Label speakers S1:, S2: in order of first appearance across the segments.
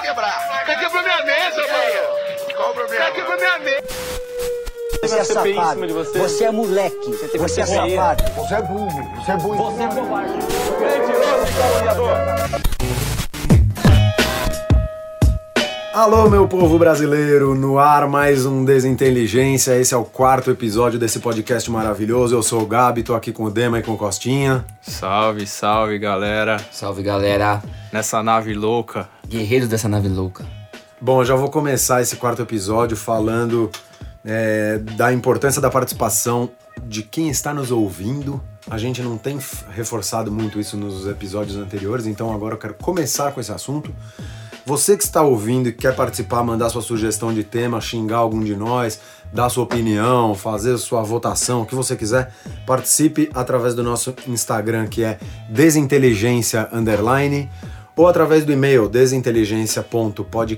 S1: quebrar. Tá quebrando minha mesa, mano. Qual o problema? Tá quebrando minha mesa.
S2: Você é
S3: CPI em
S2: safado,
S3: cima de você.
S2: você é moleque, você,
S3: tem
S2: é
S3: CPI.
S2: safado.
S1: Você é burro, você é burro.
S3: Você é covarde. Mentiroso, caluniador.
S4: Alô, meu povo brasileiro, no ar mais um Desinteligência. Esse é o quarto episódio desse podcast maravilhoso. Eu sou o Gabi, tô aqui com o Dema e com o Costinha.
S5: Salve, salve galera,
S3: Salve, galera.
S5: nessa nave louca.
S3: Guerreiros dessa nave louca.
S4: Bom, eu já vou começar esse quarto episódio falando é, da importância da participação de quem está nos ouvindo. A gente não tem f- reforçado muito isso nos episódios anteriores, então agora eu quero começar com esse assunto. Você que está ouvindo e quer participar, mandar sua sugestão de tema, xingar algum de nós, dar sua opinião, fazer sua votação, o que você quiser, participe através do nosso Instagram, que é desinteligência underline ou através do e-mail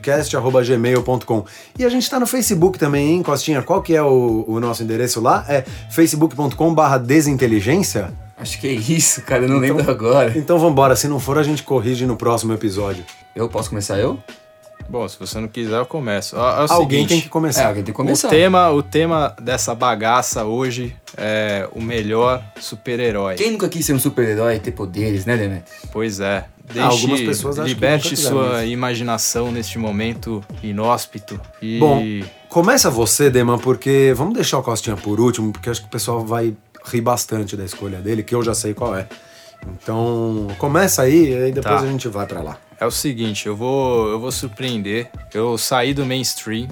S4: desinteligência.podcast.gmail.com. E a gente está no Facebook também, hein, Costinha? Qual que é o, o nosso endereço lá? É facebook.com.br desinteligência?
S3: Acho que é isso, cara. Eu não lembro agora.
S4: Então vambora, se não for a gente corrige no próximo episódio.
S3: Eu posso começar eu?
S5: Bom, se você não quiser, eu começo. Ó, é o
S4: Alguém
S5: seguinte,
S4: tem que
S3: É,
S4: começar.
S3: alguém tem que começar.
S5: O tema, o tema dessa bagaça hoje é o melhor super-herói.
S3: Quem nunca quis ser um super-herói e ter poderes, né, Demetrius?
S5: Pois é. Deixe,
S4: Ah, algumas pessoas acham que
S5: liberte
S4: nunca fizeram
S5: sua imaginação neste momento inóspito e
S4: Bom, começa você, Deman, porque vamos deixar o Costinha por último, porque acho que o pessoal vai rir bastante da escolha dele, que eu já sei qual é. Então, começa aí e aí depois
S5: Tá.
S4: a gente vai pra lá.
S5: É o seguinte, eu vou, eu vou surpreender. Eu saí do mainstream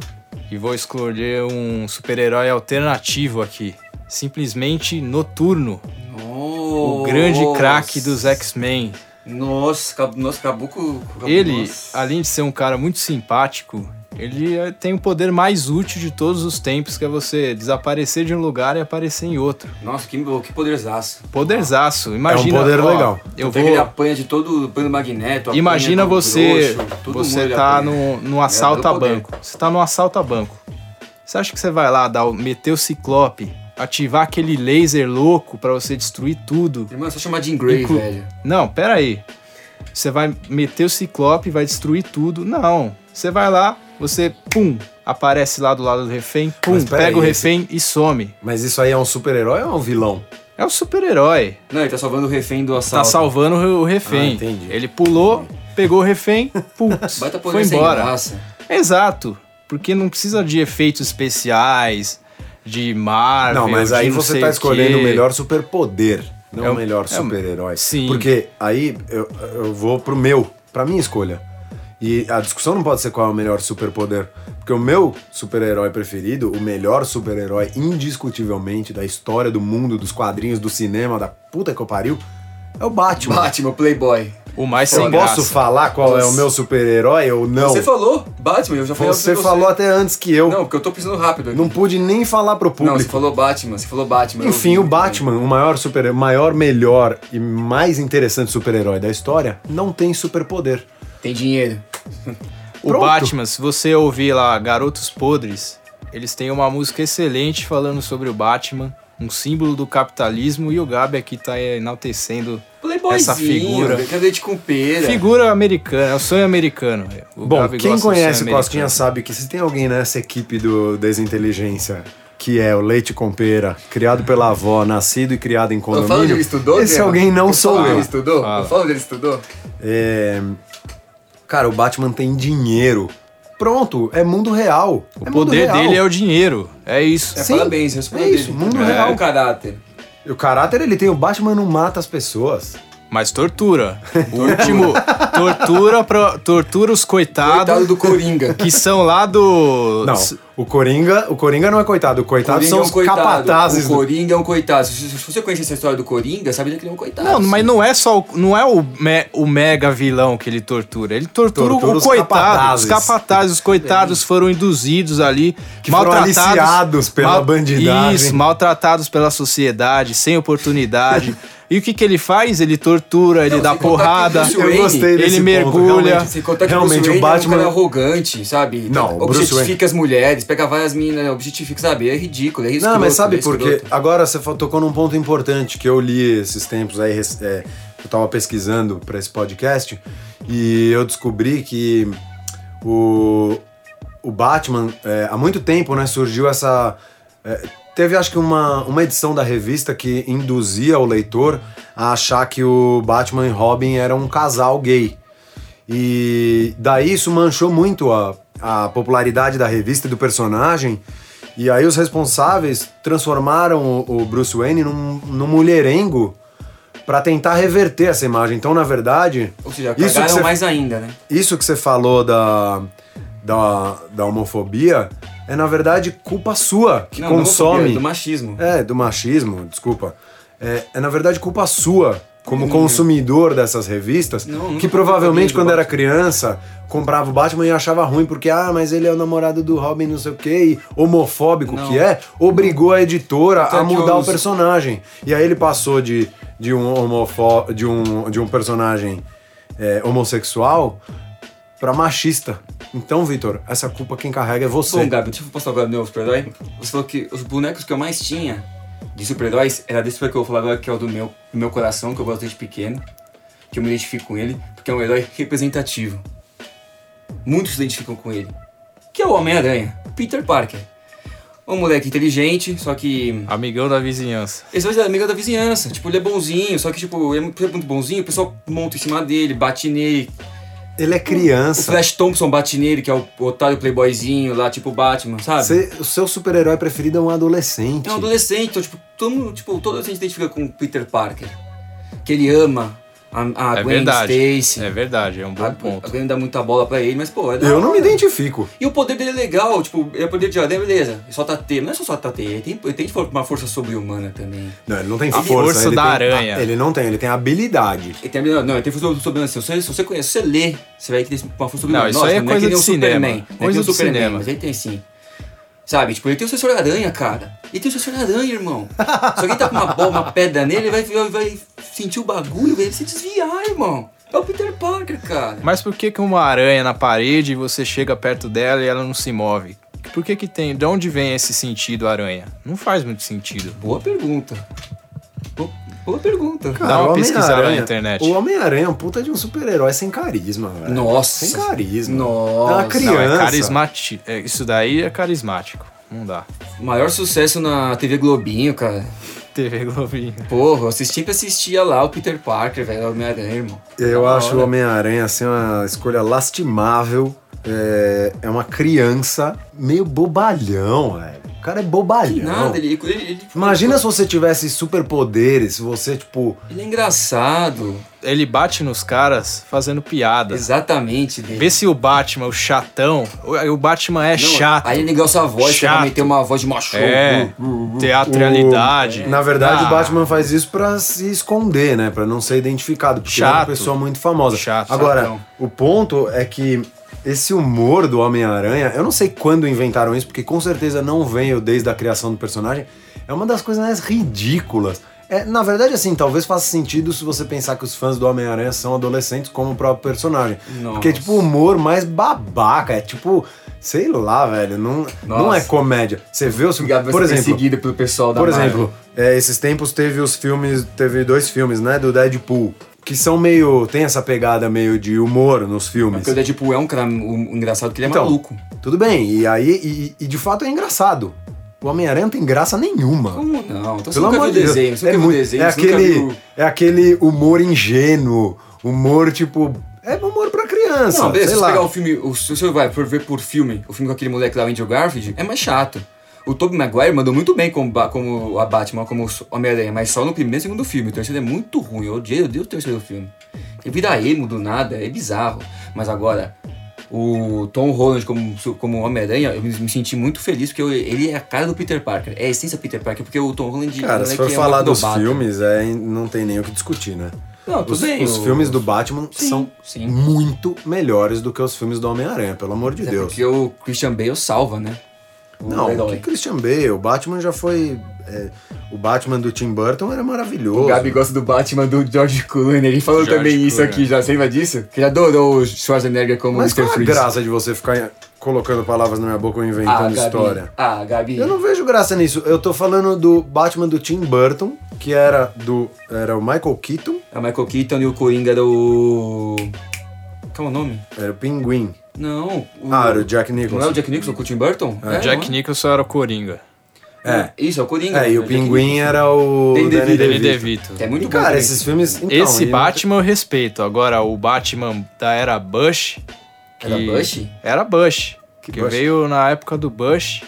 S5: e vou escolher um super-herói alternativo aqui. Simplesmente noturno. O grande craque dos X-Men.
S3: Nossa, cab- nossa, Cabuco. Cabu-
S5: Ele,
S3: nossa.
S5: além de ser um cara muito simpático, ele eh, tem o poder mais útil de todos os tempos, que é você desaparecer de um lugar e aparecer em outro.
S3: Nossa, que, oh, que poderzaço. É um
S5: Poderzaço. Imagina.
S4: poder
S5: ó,
S4: legal.
S5: Eu
S3: Tanto é que Ele
S5: vou.
S3: apanha de todo o pano magneto. apanha
S5: Imagina
S3: do
S5: você,
S3: bruxo, todo mundo
S5: você
S3: ele
S5: tá
S3: apanha.
S5: num, num assalto
S3: deu
S5: a
S3: poder.
S5: banco. Você tá num assalto a banco. Você acha que você vai lá dar, o- meter o ciclope, ativar aquele laser louco pra você destruir tudo?
S3: Irmão, é só chamar de Grey,
S5: Inclu-
S3: velho.
S5: Não, pera aí. Você vai meter o ciclope, vai destruir tudo? Não. Você vai lá, você pum, aparece lá do lado do refém, pum,
S4: Mas pera
S5: pega o
S4: aí,
S5: refém e some.
S4: Mas isso aí é um super-herói ou é um vilão?
S5: É o super-herói.
S3: Não, ele tá salvando o refém do assalto.
S5: Tá salvando o o refém.
S4: Ah, entendi.
S5: Ele pulou, pegou o refém, pum,
S3: Baita poder
S5: foi
S3: sem
S5: embora.
S3: graça.
S5: Exato, porque não precisa de efeitos especiais, de Marvel.
S4: Não, mas
S5: de
S4: aí
S5: Ah, não
S4: você
S5: sei
S4: tá
S5: o
S4: escolhendo
S5: quê.
S4: o melhor superpoder, não
S5: É
S4: o
S5: um-
S4: melhor
S5: é um-
S4: super-herói.
S5: sim.
S4: Porque aí eu, eu vou pro meu, pra minha escolha. E a discussão não pode ser qual é o melhor superpoder. Porque o meu super-herói preferido, o melhor super-herói indiscutivelmente da história do mundo, dos quadrinhos, do cinema, da puta que eu pariu, é o Batman.
S3: Batman, Playboy.
S5: O mais
S4: Eu
S5: sem
S4: posso
S5: graça.
S4: falar qual é o
S3: Você-
S4: meu super-herói ou não?
S3: Você falou Batman, eu já falei
S4: Você
S3: antes de
S4: falou até antes que eu.
S3: Não, porque eu tô pensando rápido aqui.
S4: Não pude nem falar pro público.
S3: Não, você falou Batman, você falou Batman. eu
S4: Enfim, o
S3: ouvi.
S4: Batman, o maior super, maior, melhor e mais interessante super-herói da história, não tem superpoder.
S3: Tem dinheiro.
S5: O
S4: Pronto.
S5: Batman, se você ouvir lá Garotos Podres, eles têm uma música excelente falando sobre o Batman, um símbolo do capitalismo, e o Gabi aqui tá eh, enaltecendo.
S3: Playboyzinho,
S5: Essa figura.
S3: Cadete com pera.
S5: Figura americana, é o sonho americano. O
S4: Bom,
S5: Gabi
S4: quem
S5: gosta do sonho
S4: conhece o
S5: americano.
S4: Costinha sabe que se tem alguém nessa equipe do Desinteligência que é o Leite com Pera, criado pela avó, nascido e criado em
S3: Eu falo onde
S4: condomínio,
S3: ele estudou,
S4: esse
S3: Dema?
S4: alguém não
S3: eu.
S4: sou
S3: falo onde
S4: eu.
S3: Ele estudou?
S5: Fala.
S3: Eu falo onde ele estudou?
S4: É, Cara, o Batman tem dinheiro. Pronto, é mundo real.
S5: O poder dele é
S4: o...
S5: o dinheiro. É isso.
S3: É,
S4: Sim,
S3: parabéns, respondeu.
S4: é isso, mundo real.
S3: o caráter.
S4: O caráter ele tem, o Batman não mata as pessoas.
S5: Mas tortura. O último. tortura, pra, tortura os
S3: Coitado
S5: coitados
S3: do Coringa.
S5: que são lá do.
S4: Não,
S5: s-
S4: o Coringa, o Coringa não é coitado, o coitado
S3: Coringa
S4: são
S3: é
S4: os
S3: um coitado.
S4: capatazes.
S3: O
S4: do-
S3: Coringa é um coitado. Se, se você conhece essa história do Coringa, sabe que ele é um coitado.
S5: Não, mas não é só. O, não é o, me- o mega vilão que ele tortura. Ele tortura,
S4: Tortura
S5: o
S4: os
S5: coitado.
S4: capatazes.
S5: Os capatazes, os coitados foram induzidos ali.
S4: Que foram aliciados pela bandidagem.
S5: Isso, maltratados pela sociedade, sem oportunidade. e o que, que ele faz? Ele tortura, ele
S3: Não,
S5: dá
S3: sem contar que é um
S5: porrada.
S3: Bruce
S4: Eu
S3: Wayne,
S4: gostei desse ponto,
S5: ele mergulha.
S4: realmente.
S3: Se contar Ah, que
S4: Realmente,
S3: Bruce Wayne
S4: o Batman
S3: é um cara arrogante, sabe?
S4: Não, o Bruce Wayne-
S3: Objetifica as mulheres, pega várias meninas, objetifica, sabe? É ridículo, é escroto.
S4: Não, mas sabe
S3: é
S4: por quê?
S3: escroto.
S4: Agora você fa- tocou num ponto importante que eu li esses tempos aí, res- é, eu tava pesquisando pra esse podcast e eu descobri que O, o Batman, é, há muito tempo, né, surgiu essa. é, teve acho que uma, uma edição da revista que induzia o leitor a achar que o Batman e Robin eram um casal gay. E daí isso manchou muito a, a popularidade da revista e do personagem. E aí os responsáveis transformaram o, o Bruce Wayne num, num mulherengo pra tentar reverter essa imagem. Então, na verdade.
S3: Ou seja,
S4: isso que
S3: cagaram
S4: você-
S3: mais ainda, né?
S4: isso que você falou da, da, da homofobia é, na verdade, culpa sua que
S3: Não, não
S4: consome.
S3: do machismo.
S4: É, do machismo, desculpa. É, é, na verdade, culpa sua como consumidor dessas revistas,
S3: Hum. Não, nunca
S4: que
S3: fui
S4: provavelmente
S3: culpa
S4: quando
S3: minha do
S4: era criança comprava o Batman e achava ruim porque, ah, mas ele é o namorado do Robin, não sei o quê, e homofóbico
S3: Não.
S4: que é, obrigou a editora
S3: Tanto
S4: a
S3: que
S4: mudar o
S3: os-
S4: personagem. E aí ele passou de, de, um, homofó de, um, de um personagem é, homossexual pra machista. Então, Vitor, essa culpa quem carrega é você.
S3: Bom, Gabi, deixa eu passar agora meu super-herói. Você falou que os bonecos que eu mais tinha de super-heróis era desse super que eu vou falar agora, que é o do meu, do meu coração, que eu gosto desde pequeno, que eu me identifico com ele, porque é um herói representativo. Muitos se identificam com ele. Que é o Homem-Aranha, Peter Parker. Um moleque inteligente, só que.
S5: Amigão da vizinhança.
S3: Esse é amigo da vizinhança. Tipo, ele é bonzinho, só que, tipo, ele é muito muito bonzinho, o pessoal monta em cima dele, bate nele,
S4: Ele é
S3: O
S4: criança.
S3: Flash Thompson bate nele, que é o otário playboyzinho lá, tipo o Batman, sabe?
S4: Cê- o seu super-herói preferido é um adolescente.
S3: É um adolescente, então, tipo, todo mundo, tipo, todo adolescente se identifica com o Peter Parker. Que ele ama a, a
S5: é
S3: Gwen
S5: verdade.
S3: Stacy.
S5: É verdade, é um
S3: a,
S5: bom
S3: a
S5: ponto.
S3: Gwen dá muita bola pra ele, mas, pô, é da
S4: Eu não
S3: hora.
S4: me identifico.
S3: E o poder dele é legal, tipo, ele é poder de aranha, beleza. Ele solta T, mas não é só solta T, ele tem, ele tem for- uma força sobre-humana também.
S4: Não, ele não tem
S5: A
S4: força.
S5: força
S4: ele
S5: da
S4: tem-
S5: aranha.
S4: Ah, ele não tem, ele tem habilidade.
S3: Ele tem, não, ele tem força sobre-humana, assim, se você, se você conhece, se você lê, você vai ter uma força sobre-humana.
S5: Não, isso
S3: Nossa,
S5: aí é
S3: não
S5: coisa
S3: que nem
S5: de
S3: o Superman,
S5: cinema.
S3: não é que
S5: Coisa
S3: nem o
S5: de
S3: Superman,
S5: cinema.
S3: mas ele tem sim. Sabe, tipo, ele tem o sensor aranha, cara. Ele tem o sensor aranha, irmão. Se alguém tá com uma bola, uma pedra nele, ele vai, vai, vai sentir o bagulho, vai se desviar, irmão. É o Peter Parker, cara.
S5: Mas por que, que uma aranha na parede e você chega perto dela e ela não se move? Por que, que tem? De onde vem esse sentido aranha? Não faz muito sentido.
S3: Boa pergunta. Bo- Boa pergunta.
S5: Dá uma
S4: o
S5: pesquisada
S4: Homem-Aranha-
S5: na internet.
S4: O Homem-Aranha é um puta de um super-herói sem carisma, velho.
S3: Nossa.
S4: Sem carisma.
S3: Nossa.
S4: É uma criança.
S5: Não, é carismático. Isso daí é carismático. Não dá.
S3: Maior sucesso na TV Globinho, cara.
S5: TV Globinho.
S3: Porra, eu assisti- sempre assistia lá o Peter Parker, velho, o Homem-Aranha, irmão.
S4: Eu
S3: Da
S4: acho
S3: hora.
S4: o Homem-Aranha, assim, uma escolha lastimável. É, é uma criança meio bobalhão, velho. O cara é bobalhão.
S3: Que nada, ele, ele, ele-
S4: Imagina se você tivesse superpoderes, se você, tipo...
S3: Ele é engraçado.
S5: Ele bate nos caras fazendo piada.
S3: Exatamente dele.
S5: Vê se o Batman, o chatão. o- O Batman é
S3: Não,
S5: chato.
S3: Aí ele negócio a voz, que é pra
S5: Chato.
S3: meter uma voz de macho.
S5: É. Teatralidade.
S4: O- Na verdade,
S5: Ah,
S4: o Batman faz isso pra se esconder, né? Pra não ser identificado, porque ele é uma
S5: Chato.
S4: pessoa muito famosa.
S5: Chato,
S4: Agora,
S5: chatão.
S4: o ponto é que esse humor do Homem-Aranha, eu não sei quando inventaram isso, porque com certeza não veio desde a criação do personagem, é uma das coisas mais ridículas. É, na verdade, assim, talvez faça sentido se você pensar que os fãs do Homem-Aranha são adolescentes como o próprio personagem.
S3: Nossa.
S4: Porque é tipo o humor mais babaca, é tipo, sei lá, velho, não, não é
S3: Nossa.
S4: comédia. Você vê os.
S3: Obrigado
S4: Por exemplo,
S3: seguida pelo pessoal da
S4: por
S3: Marvel.
S4: exemplo, é, esses tempos teve os filmes, teve dois filmes, né, do Deadpool, que são meio, tem essa pegada meio de humor nos
S3: É
S4: filmes.
S3: Porque o Deadpool é um cara um- engraçado que ele é
S4: Então.
S3: maluco.
S4: Tudo bem, e aí, e, e de fato é engraçado. O Homem-Aranha não tem graça nenhuma.
S3: Como não? Então você
S4: Pelo
S3: nunca
S4: amor
S3: viu
S4: de Deus.
S3: desenho, você
S4: é,
S3: nunca viu
S4: muito-
S3: desenho,
S4: é
S3: você nunca
S4: aquele,
S3: viu...
S4: é aquele humor ingênuo, humor tipo, é humor pra criança,
S3: Não, beleza, se
S4: sei
S3: você
S4: lá.
S3: pegar o filme, o, se você vai por, ver por filme, o filme com aquele moleque lá, o Andrew Garfield, é mais chato. O Tobey Maguire mandou muito bem como, Ba- como a Batman, como o Homem-Aranha, mas só no primeiro e segundo filme. O terceiro é muito ruim, eu odiei, eu odeio o terceiro filme. Ele vira emo do nada, é bizarro. Mas agora, o Tom Holland como, su- como Homem-Aranha, eu me, me senti muito feliz, porque eu- ele é a cara do Peter Parker, é a essência Peter Parker, porque o Tom Holland...
S4: Cara,
S3: o
S4: se
S3: moleque
S4: for
S3: é
S4: falar
S3: muito
S4: dos
S3: roubado.
S4: filmes, é, não tem nem o que discutir, né?
S3: Não, tudo
S4: Os,
S3: bem.
S4: os
S3: o-
S4: filmes do Batman
S3: Sim,
S4: são
S3: sim.
S4: muito melhores do que os filmes do Homem-Aranha, pelo amor de
S3: Até
S4: Deus.
S3: É porque o Christian Bale salva, né? O
S4: Não,
S3: herói.
S4: que Christian Bale, o Batman já foi. é, o Batman do Tim Burton era maravilhoso.
S3: O Gabi gosta do Batman do George Clooney. Ele falou
S5: George
S3: também isso
S5: Clooney.
S3: aqui, já você lembra disso? Que ele adorou o Schwarzenegger como
S4: Mas
S3: Mr.
S4: qual é a
S3: Freeze.
S4: graça de você ficar colocando palavras na minha boca ou
S3: ah,
S4: inventando
S3: Gabi.
S4: história?
S3: Ah, Gabi.
S4: Eu não vejo graça nisso. Eu tô falando do Batman do Tim Burton, que era do. Era o Michael Keaton,
S3: É o Michael Keaton e o Coringa do. Qual é o nome?
S4: era o Pinguim.
S3: Não.
S4: Ah, era o Jack Nicholson.
S3: Não é o Jack Nicholson com o Tim Burton? É,
S5: Jack
S3: não
S5: Nicholson era o Coringa.
S3: é?
S4: É.
S3: Isso, é o Coringa.
S4: É, e
S3: É
S4: o
S3: Jack
S4: Pinguim
S3: Nicholson.
S4: era o
S3: Danny
S4: Danny
S3: DeVito.
S5: Danny
S4: DeVito.
S5: DeVito.
S3: É muito
S4: E,
S3: bom.
S4: cara,
S3: também.
S4: esses filmes... então,
S5: Esse
S4: e-
S5: Batman eu respeito. Agora, o Batman da era Bush. que-
S3: Era É Bush?
S5: Era Bush.
S4: Que
S5: Que,
S4: Bush?
S5: veio na época do Bush.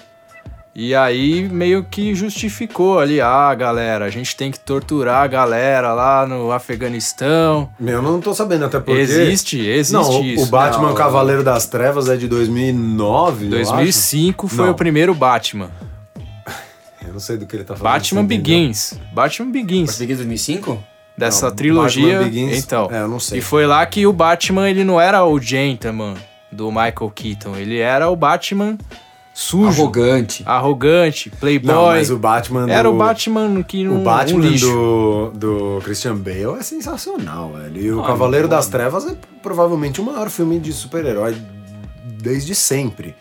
S5: E aí meio que justificou ali, ah, galera, a gente tem que torturar a galera lá no Afeganistão.
S4: Meu, eu não tô sabendo até porque...
S5: Existe, existe
S4: não, o-
S5: isso.
S4: o Batman
S3: Não.
S4: Cavaleiro das Trevas é de 2009, 2005.
S5: 2005 foi
S4: Não.
S5: o primeiro Batman.
S4: Eu, acho. eu não sei do que ele tá falando.
S5: Batman
S4: você entendeu?
S5: Begins. Batman
S3: Mas
S5: Begins.
S3: Begins 2005?
S5: Dessa
S4: Não,
S5: trilogia.
S4: Batman Begins-
S5: então.
S4: é, eu não sei.
S5: E foi lá que o Batman, ele não era o gentleman do Michael Keaton. Ele era o Batman sujo,
S3: Arrogante.
S5: arrogante, playboy.
S4: Não, mas o Batman...
S5: Era
S4: do-
S5: o Batman que não
S4: O Batman
S5: um lixo.
S4: do, do Christian Bale é sensacional, velho.
S5: Ah,
S4: E o Cavaleiro das Trevas é provavelmente o maior filme de super-herói desde sempre.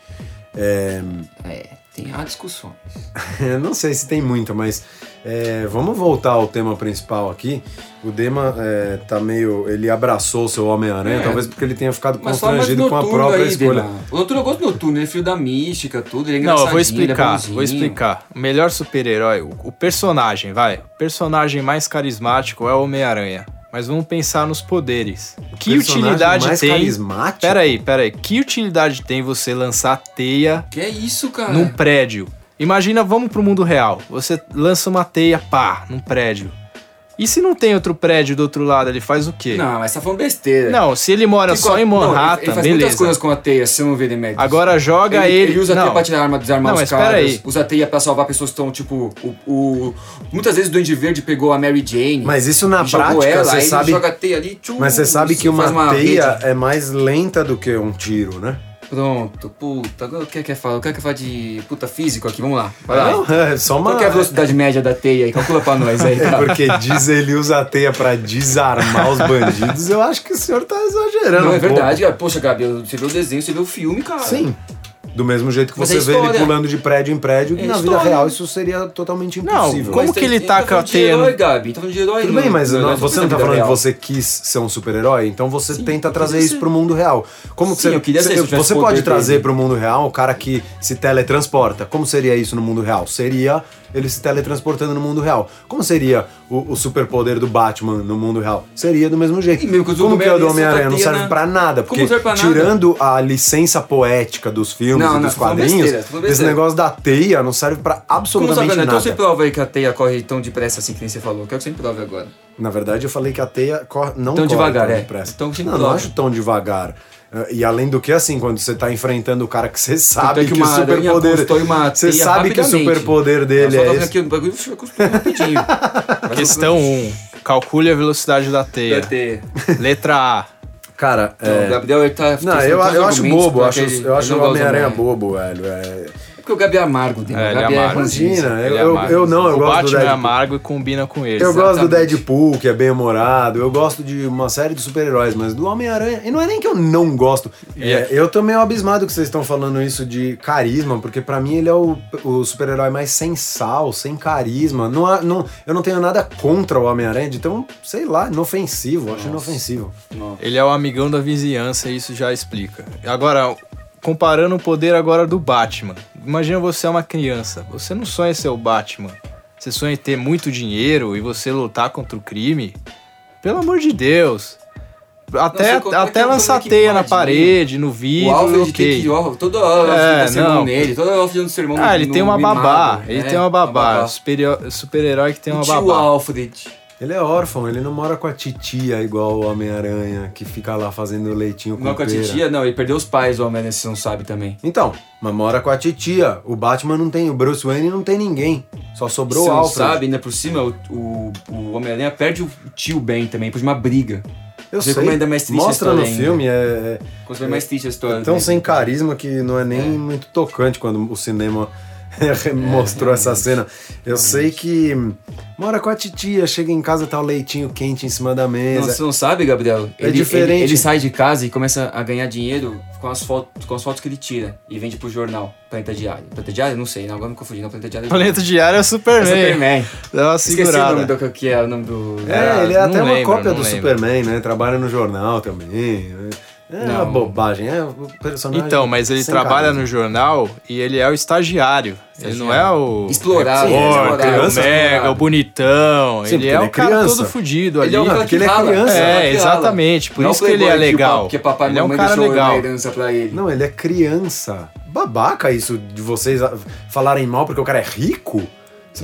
S3: É, tem há discussões.
S4: Eu não sei se tem muita, mas é, vamos voltar ao tema principal aqui. O Dema é, tá meio. Ele abraçou o seu Homem-Aranha,
S3: É.
S4: talvez porque ele tenha ficado
S3: Mas fala mais do
S4: constrangido com a
S3: noturno
S4: própria
S3: aí,
S4: escolha.
S3: Dema. O noturno eu gosto do noturno, ele é filho da mística, tudo, ele é
S5: Não,
S3: engraçadinho.
S5: eu vou explicar,
S3: ele é
S5: vou explicar. O melhor super-herói, o, o personagem, vai. O personagem mais carismático é o Homem-Aranha. Mas vamos pensar nos poderes. Que
S4: Personagem
S5: utilidade
S4: mais
S5: tem?
S4: carismático?
S5: Peraí, peraí. Que utilidade tem você lançar teia
S3: Que é isso, cara?
S5: num prédio. Imagina, vamos pro mundo real. Você lança uma teia, pá, num prédio. E se não tem outro prédio do outro lado, ele faz o quê?
S3: Não, mas tá falando besteira.
S5: Não, se ele mora
S3: Que
S5: só
S3: co-
S5: em
S3: Não, ele-
S5: Manhattan,
S3: ele faz muitas
S5: beleza.
S3: coisas com a teia, se eu não ver deméritos.
S5: Agora joga ele.
S3: Ele, usa a teia
S5: não.
S3: pra tirar arma, desarmar
S5: Não,
S3: os
S5: mas pera
S3: caras.
S5: aí.
S3: Usa a teia pra salvar pessoas que estão, tipo. O, o- Muitas vezes o Duende Verde pegou a Mary Jane.
S4: Mas isso na
S3: e jogou
S4: prática,
S3: ela,
S4: você
S3: aí ele
S4: sabe-
S3: joga a teia ali. tchum,
S4: Mas você sabe
S3: isso,
S4: que uma,
S3: faz
S4: teia
S3: rede.
S4: é mais lenta do que um tiro, né?
S3: Pronto, puta. Agora o que é que é falar? O que é que é falar de puta físico aqui? Vamos lá. Vai lá.
S4: Não, é só uma.
S3: Qual que é a Tá. velocidade média da teia aí? Calcula pra nós aí,
S4: É
S3: cara.
S4: porque diz ele usa a teia pra desarmar os bandidos. Eu acho que o senhor tá exagerando.
S3: Não, é
S4: um pouco.
S3: verdade, cara. Poxa, Gabi, você viu o desenho, você viu o filme, cara.
S4: Sim. Do mesmo jeito que
S3: Mas
S4: você
S3: é
S4: vê ele
S3: história.
S4: pulando de prédio em prédio,
S3: É
S4: que na vida
S3: história.
S4: real isso seria totalmente
S5: Não,
S4: impossível.
S5: como-
S3: Mas
S5: que
S3: tem-
S5: ele
S3: tem-
S5: taca
S3: tá falando
S5: a
S3: de
S5: teia
S3: herói,
S5: no-
S3: Gabi. Tá falando de herói,
S4: Tudo bem, mas
S3: no-
S4: não-
S3: no-
S4: você
S3: na
S4: não tá
S3: vida
S4: falando que
S3: real.
S4: você quis ser um super-herói, então você tenta trazer isso pro mundo real. Como que
S3: Sim,
S4: você,
S3: eu queria ser,
S4: você-
S3: se eu tivesse
S4: você
S3: poder
S4: pode
S3: dele.
S4: trazer pro mundo real o cara que se teletransporta? Como seria isso no mundo real? Seria ele se teletransportando no mundo real. Como seria o, o superpoder do Batman no mundo real? Seria do mesmo jeito.
S3: E mesmo que o do
S4: Como que é o do
S3: Homem-Aranha,
S4: Homem-Aranha? Não
S3: essa
S4: serve
S3: teia,
S4: pra
S3: né?
S4: nada,
S3: Como
S4: porque
S3: serve pra nada?
S4: tirando a licença poética dos filmes
S3: Não,
S4: e
S3: não,
S4: dos
S3: tô falando
S4: quadrinhos,
S3: besteira, tô falando
S4: esse
S3: besteira.
S4: negócio da teia não serve pra
S3: Como
S4: absolutamente
S3: sabe, né?
S4: nada.
S3: Então você prova aí que a teia corre tão depressa assim que nem você falou. Eu Quero que você me prove agora.
S4: Na verdade, eu falei que a teia corre, não
S3: Tão
S4: corre
S3: devagar,
S4: tão
S3: é.
S4: depressa.
S3: Tão que
S4: não, não
S3: dobra.
S4: acho tão devagar. Eh, E além do que, assim, quando você tá enfrentando o cara que você
S3: Tanto é
S4: sabe que, o
S3: uma aranha
S4: superpoder...
S3: constrói uma
S4: Você
S3: teia
S4: sabe que o
S3: rapidamente.
S4: superpoder dele
S3: Eu só
S4: é
S3: tô vendo
S4: esse.
S3: aqui, o bagulho custou rapidinho. Mas
S5: Questão 1. Calcule a velocidade da
S3: eu-
S5: teia.
S3: da teia.
S5: Letra A.
S4: Cara,
S3: Não,
S4: é...
S3: o Gabriel ele tá.
S4: Não,
S3: tem
S4: eu,
S3: tantos
S4: eu acho
S3: argumentos
S4: bobo,
S3: pra
S4: acho,
S3: que ele-
S4: eu acho
S3: ele
S4: o
S3: não gosta
S4: Homem-Aranha
S3: do
S4: bobo, velho. é.
S3: É porque o Gabi é amargo, né?
S5: É,
S3: o
S5: ele é
S3: Gabi
S5: amargo.
S3: ruimzinho.
S4: Imagina, eu,
S5: Ele é
S4: eu,
S5: amargo.
S4: eu não, eu gosto
S5: o
S4: do
S5: Batman é
S4: Deadpool.
S5: amargo e combina com ele.
S4: Eu gosto do
S3: Exatamente.
S4: Deadpool, que é bem humorado. Eu gosto de uma série de super-heróis, mas do Homem-Aranha. E não é nem que eu não gosto.
S5: Yeah.
S4: É, eu tô meio abismado que vocês estão falando isso de carisma, porque pra mim ele é o, o super-herói mais sem sal, sem carisma. Não, há- não, eu não tenho nada contra o Homem-Aranha, então, sei lá, inofensivo. eu Acho inofensivo.
S5: Ele é o amigão da vizinhança e isso já explica. Agora, comparando o poder agora do Batman. Imagina você é uma criança. Você não sonha em ser o Batman. Você sonha em ter muito dinheiro e você lutar contra o crime. Pelo amor de Deus. Até,
S3: sei como é que
S5: até
S3: é um
S5: lançar
S3: moleque
S5: teia na
S3: invadido.
S5: parede, no
S3: O
S5: vidro,
S3: Alfred tem
S5: ok.
S3: que. Ó, toda hora o Alfred
S5: É,
S3: dá sermão
S5: não.
S3: nele, toda hora o Alfred dando sermão
S5: Ah,
S3: no-
S5: ele
S3: no
S5: tem uma
S3: mimado,
S5: babá. Ele
S3: né?
S5: tem uma babá. Superior- Super-herói que tem
S3: O
S5: uma
S3: tio
S5: babá.
S3: Alfred.
S4: Ele é órfão, ele não mora com a titia igual o Homem-Aranha, que fica lá fazendo leitinho com
S3: Não é com a
S4: pera.
S3: titia, não, ele perdeu os pais, o Homem-Aranha, você não sabe também.
S4: Então, mas mora com a titia. O Batman não tem, o Bruce Wayne não tem ninguém. Só sobrou
S3: você
S4: o
S3: não
S4: Alfred.
S3: sabe, ainda por cima, o, o, o Homem-Aranha perde o tio Ben também, por uma briga.
S4: Eu
S3: Você
S4: sei.
S3: recomenda mais triste
S4: Mostra
S3: a
S4: no
S3: história ainda.
S4: filme, é,
S3: Coisa mais triste a
S4: é,
S3: história.
S4: tão
S3: né?
S4: sem carisma que não é nem muito tocante quando o cinema é,
S5: É,
S4: mostrou essa cena. Eu sei que mora com a titia, chega em casa tá o leitinho quente em cima da
S3: Não,
S4: mesa.
S3: você não sabe, Gabriel?
S4: É diferente.
S3: Ele, ele sai de casa e começa a ganhar dinheiro com as, fotos, com as fotos que ele tira e vende pro jornal, Planeta Diário. Planeta Diário? Não sei, não, agora me confundi. Não, Planeta Diário é
S5: Planeta Diário é
S3: é
S5: Superman.
S3: Superman.
S5: Dá uma
S3: Esqueci o nome
S5: segurada.
S3: do que é o nome do...
S4: É, ele é
S5: ah, não
S4: até uma
S5: lembro,
S4: cópia
S5: não
S4: do
S5: lembro.
S4: Superman, né? Trabalha no jornal também. né? É
S5: Não.
S4: uma bobagem, é o personagem.
S5: Então, mas ele
S4: sem
S5: trabalha
S4: carisma.
S5: no jornal e ele é o estagiário. Ele não é o.
S3: Explorado,
S5: repórter,
S4: explorado.
S5: o
S4: Criança
S5: mega,
S3: explorado.
S5: o bonitão.
S4: Sim, porque
S5: ele é
S4: ele
S5: o
S4: é
S5: cara
S4: criança.
S5: todo fudido ali.
S3: Ele é o cara
S4: porque
S3: que
S4: ele é
S3: rala,
S4: criança,
S3: o
S5: É,
S3: cara que
S5: exatamente, por
S3: Não
S5: isso que ele é
S3: playboy que o pa-
S5: legal.
S3: Que papai e
S5: Ele é um
S3: mamãe
S5: cara
S3: deixou
S5: legal.
S3: uma herança pra ele.
S4: Não, ele é criança. Babaca isso de vocês ah, falarem mal porque o cara é rico.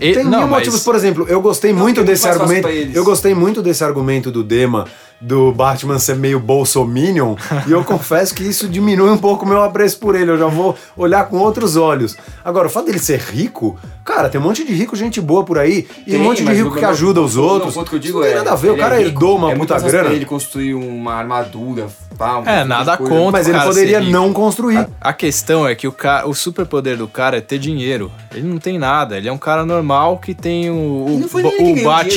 S5: E-
S4: Tem
S5: não,
S4: mil
S5: mas-
S4: motivos, por exemplo, eu gostei muito
S3: que é muito
S4: desse
S3: mais fácil
S4: argumento.
S3: pra eles.
S4: Eu gostei muito desse argumento do Dema do Batman ser meio bolsominion, e eu confesso que isso diminui um pouco o meu apreço por ele, eu já vou olhar com outros olhos. Agora, o fato dele ser rico, cara, tem um monte de rico, gente boa por aí, e
S3: Tem,
S4: um monte de
S3: mas
S4: rico
S3: o
S4: que
S3: meu-
S4: ajuda os
S3: não,
S4: outros.
S3: O ponto que eu digo
S4: isso não
S3: é,
S4: tem nada a ver, o
S3: ele é
S4: cara
S3: rico,
S4: herdou uma
S3: é muito
S4: puta
S3: mais fácil
S4: grana,
S3: pra ele construir uma armadura, pá, um
S5: É,
S3: monte de
S5: nada
S3: coisa.
S5: contra.
S4: mas ele
S5: Cara,
S4: poderia
S5: ser rico.
S4: não construir.
S5: A questão é que o, ca... o superpoder do cara é ter dinheiro. Ele não tem nada. Ele é um cara normal que tem o,
S3: E
S5: o,
S3: não foi nem ele que
S5: o
S3: ganhou dinheiro,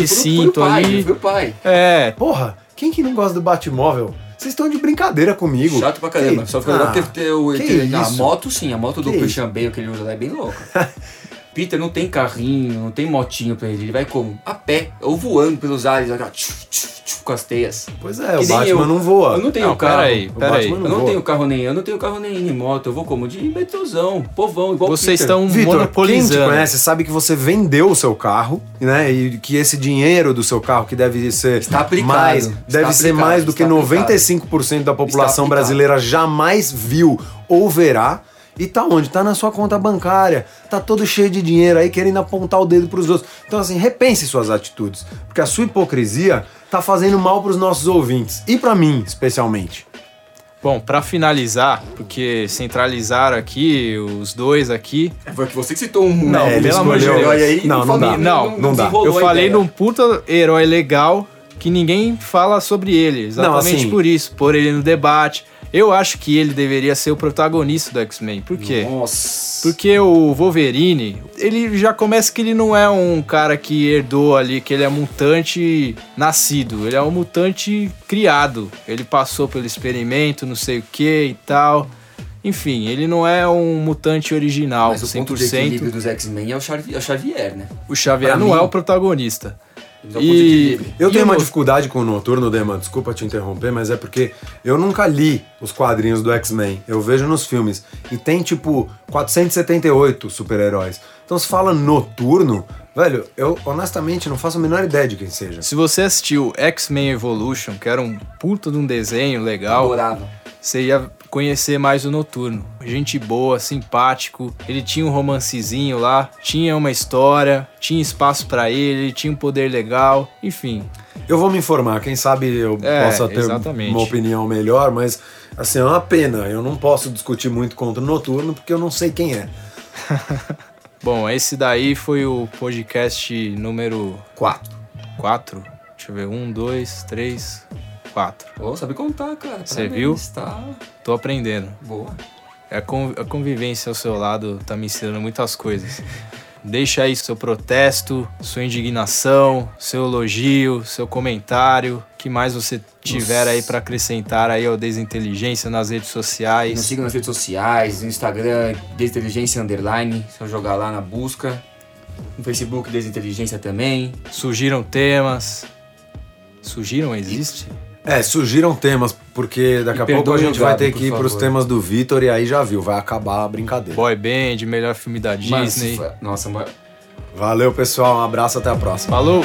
S3: foi o-
S5: bate-cinto
S3: foi o pai,
S5: ali.
S3: Foi o pai.
S5: É,
S4: Porra, quem que não gosta do Batmóvel? Vocês estão de brincadeira comigo.
S3: Chato pra caramba.
S4: Que-
S3: Só fica legal
S4: Ah,
S3: ter, ter o.
S4: que
S3: Ter, a
S4: isso?
S3: moto, sim. A moto do
S4: Que
S3: Christian Bale que ele usa lá é bem louca. Peter não tem carrinho, não tem motinho pra ele. Ele vai como? A pé, ou voando pelos ares, ó, tchuf, tchuf, tchuf, com as teias.
S4: Pois é,
S3: Que
S4: o
S3: nem
S4: Batman
S3: eu.
S4: não voa. É
S3: Eu não tenho
S5: Não,
S3: carro.
S5: peraí,
S4: O
S5: peraí.
S4: Batman é um
S3: Eu não
S4: voa.
S3: tenho carro nem, eu não tenho carro nem, nem moto, eu vou como? De metrôzão, povão, igual o
S5: vocês
S3: Peter.
S5: estão
S4: Vitor, quem te
S5: monopolizando.
S4: conhece sabe que você vendeu o seu carro, né? E que esse dinheiro do seu carro, que deve ser
S3: Está aplicado,
S4: mais,
S3: está
S4: deve ser
S3: aplicado,
S4: mais do
S3: está
S4: que
S3: aplicado.
S4: 95% da população
S3: aplicado.
S4: brasileira jamais viu ou verá. E tá onde? Tá na sua conta bancária. Tá todo cheio de dinheiro aí querendo apontar o dedo pros outros. Então assim, repense suas atitudes, porque a sua hipocrisia tá fazendo mal pros nossos ouvintes e pra mim, especialmente.
S5: Bom, pra finalizar, porque centralizaram aqui, os dois aqui.
S3: Foi que você que citou um.
S5: Não,
S3: um
S5: pelo amor de
S3: escolheu.
S5: Deus.
S3: E aí,
S4: Não, não
S3: falei-
S4: dá.
S5: Não,
S4: não dá.
S3: desenrolou
S5: eu
S3: a
S5: falei
S3: ideia.
S5: num puta herói legal que ninguém fala sobre ele. Exatamente
S4: assim-
S5: por isso. Pôr ele no debate. Eu acho que ele deveria ser o protagonista do X-Men. Por quê?
S3: Nossa.
S5: Porque o Wolverine, ele já começa que ele não é um cara que herdou ali, que ele é mutante nascido. Ele é um mutante criado. Ele passou pelo experimento, não sei o que e tal. Enfim, ele não é um mutante original,
S3: Mas o ponto de
S5: 100%.
S3: equilíbrio dos X-Men é o Xavi- é o Xavier, né?
S5: O Xavier
S4: pra
S5: não
S4: mim-
S5: é o protagonista.
S3: Ele é o ponto de
S5: E
S3: equilíbrio.
S4: Eu
S5: e
S4: tenho
S5: o
S4: uma
S5: no-
S4: dificuldade com o Noturno, Dema, desculpa te interromper, mas é porque eu nunca li os quadrinhos do X-Men. Eu vejo nos filmes. E tem, tipo, 478 super-heróis. Então se fala Noturno, velho, eu honestamente não faço a menor ideia de quem seja.
S5: Se você assistiu X-Men Evolution, que era um puta de um desenho legal,
S3: Adorava.
S5: você ia conhecer mais o Noturno. Gente boa, simpático, ele tinha um romancezinho lá, tinha uma história, tinha espaço pra ele, ele tinha um poder legal, enfim.
S4: Eu vou me informar, quem sabe eu
S5: É,
S4: possa ter
S5: exatamente.
S4: uma opinião melhor, mas assim, é uma pena. Eu não posso discutir muito contra o Noturno porque eu não sei quem é.
S5: Bom, esse daí foi o podcast número
S3: Quatro.
S5: 4. Deixa eu ver, um, dois, três, quatro.
S3: Ô, sabe contar, cara.
S5: Você
S3: Parabéns,
S5: viu?
S3: Tá
S5: Tô aprendendo.
S3: boa.
S5: A, con- a convivência ao seu lado tá me ensinando muitas coisas. Deixa aí seu protesto, sua indignação, seu elogio, seu comentário, o que mais você tiver aí pra acrescentar aí ao Desinteligência nas redes
S3: Nos
S5: sociais.
S3: sigam nas redes sociais, no Instagram, Desinteligência Underline, se eu jogar lá na busca. No Facebook, Desinteligência também.
S5: Surgiram temas. Surgiram existe?
S4: É, surgiram temas, porque daqui
S3: E
S4: a pouco a
S3: perdoe o
S4: gente vai
S3: Gabi,
S4: ter
S3: por
S4: que ir pros
S3: favor.
S4: temas do Vitor e aí já viu, vai acabar a brincadeira.
S5: Boy Band, melhor filme da
S3: Mas,
S5: Disney.
S3: fa- nossa, mas...
S4: Valeu, pessoal. Um abraço, até a próxima.
S5: Falou!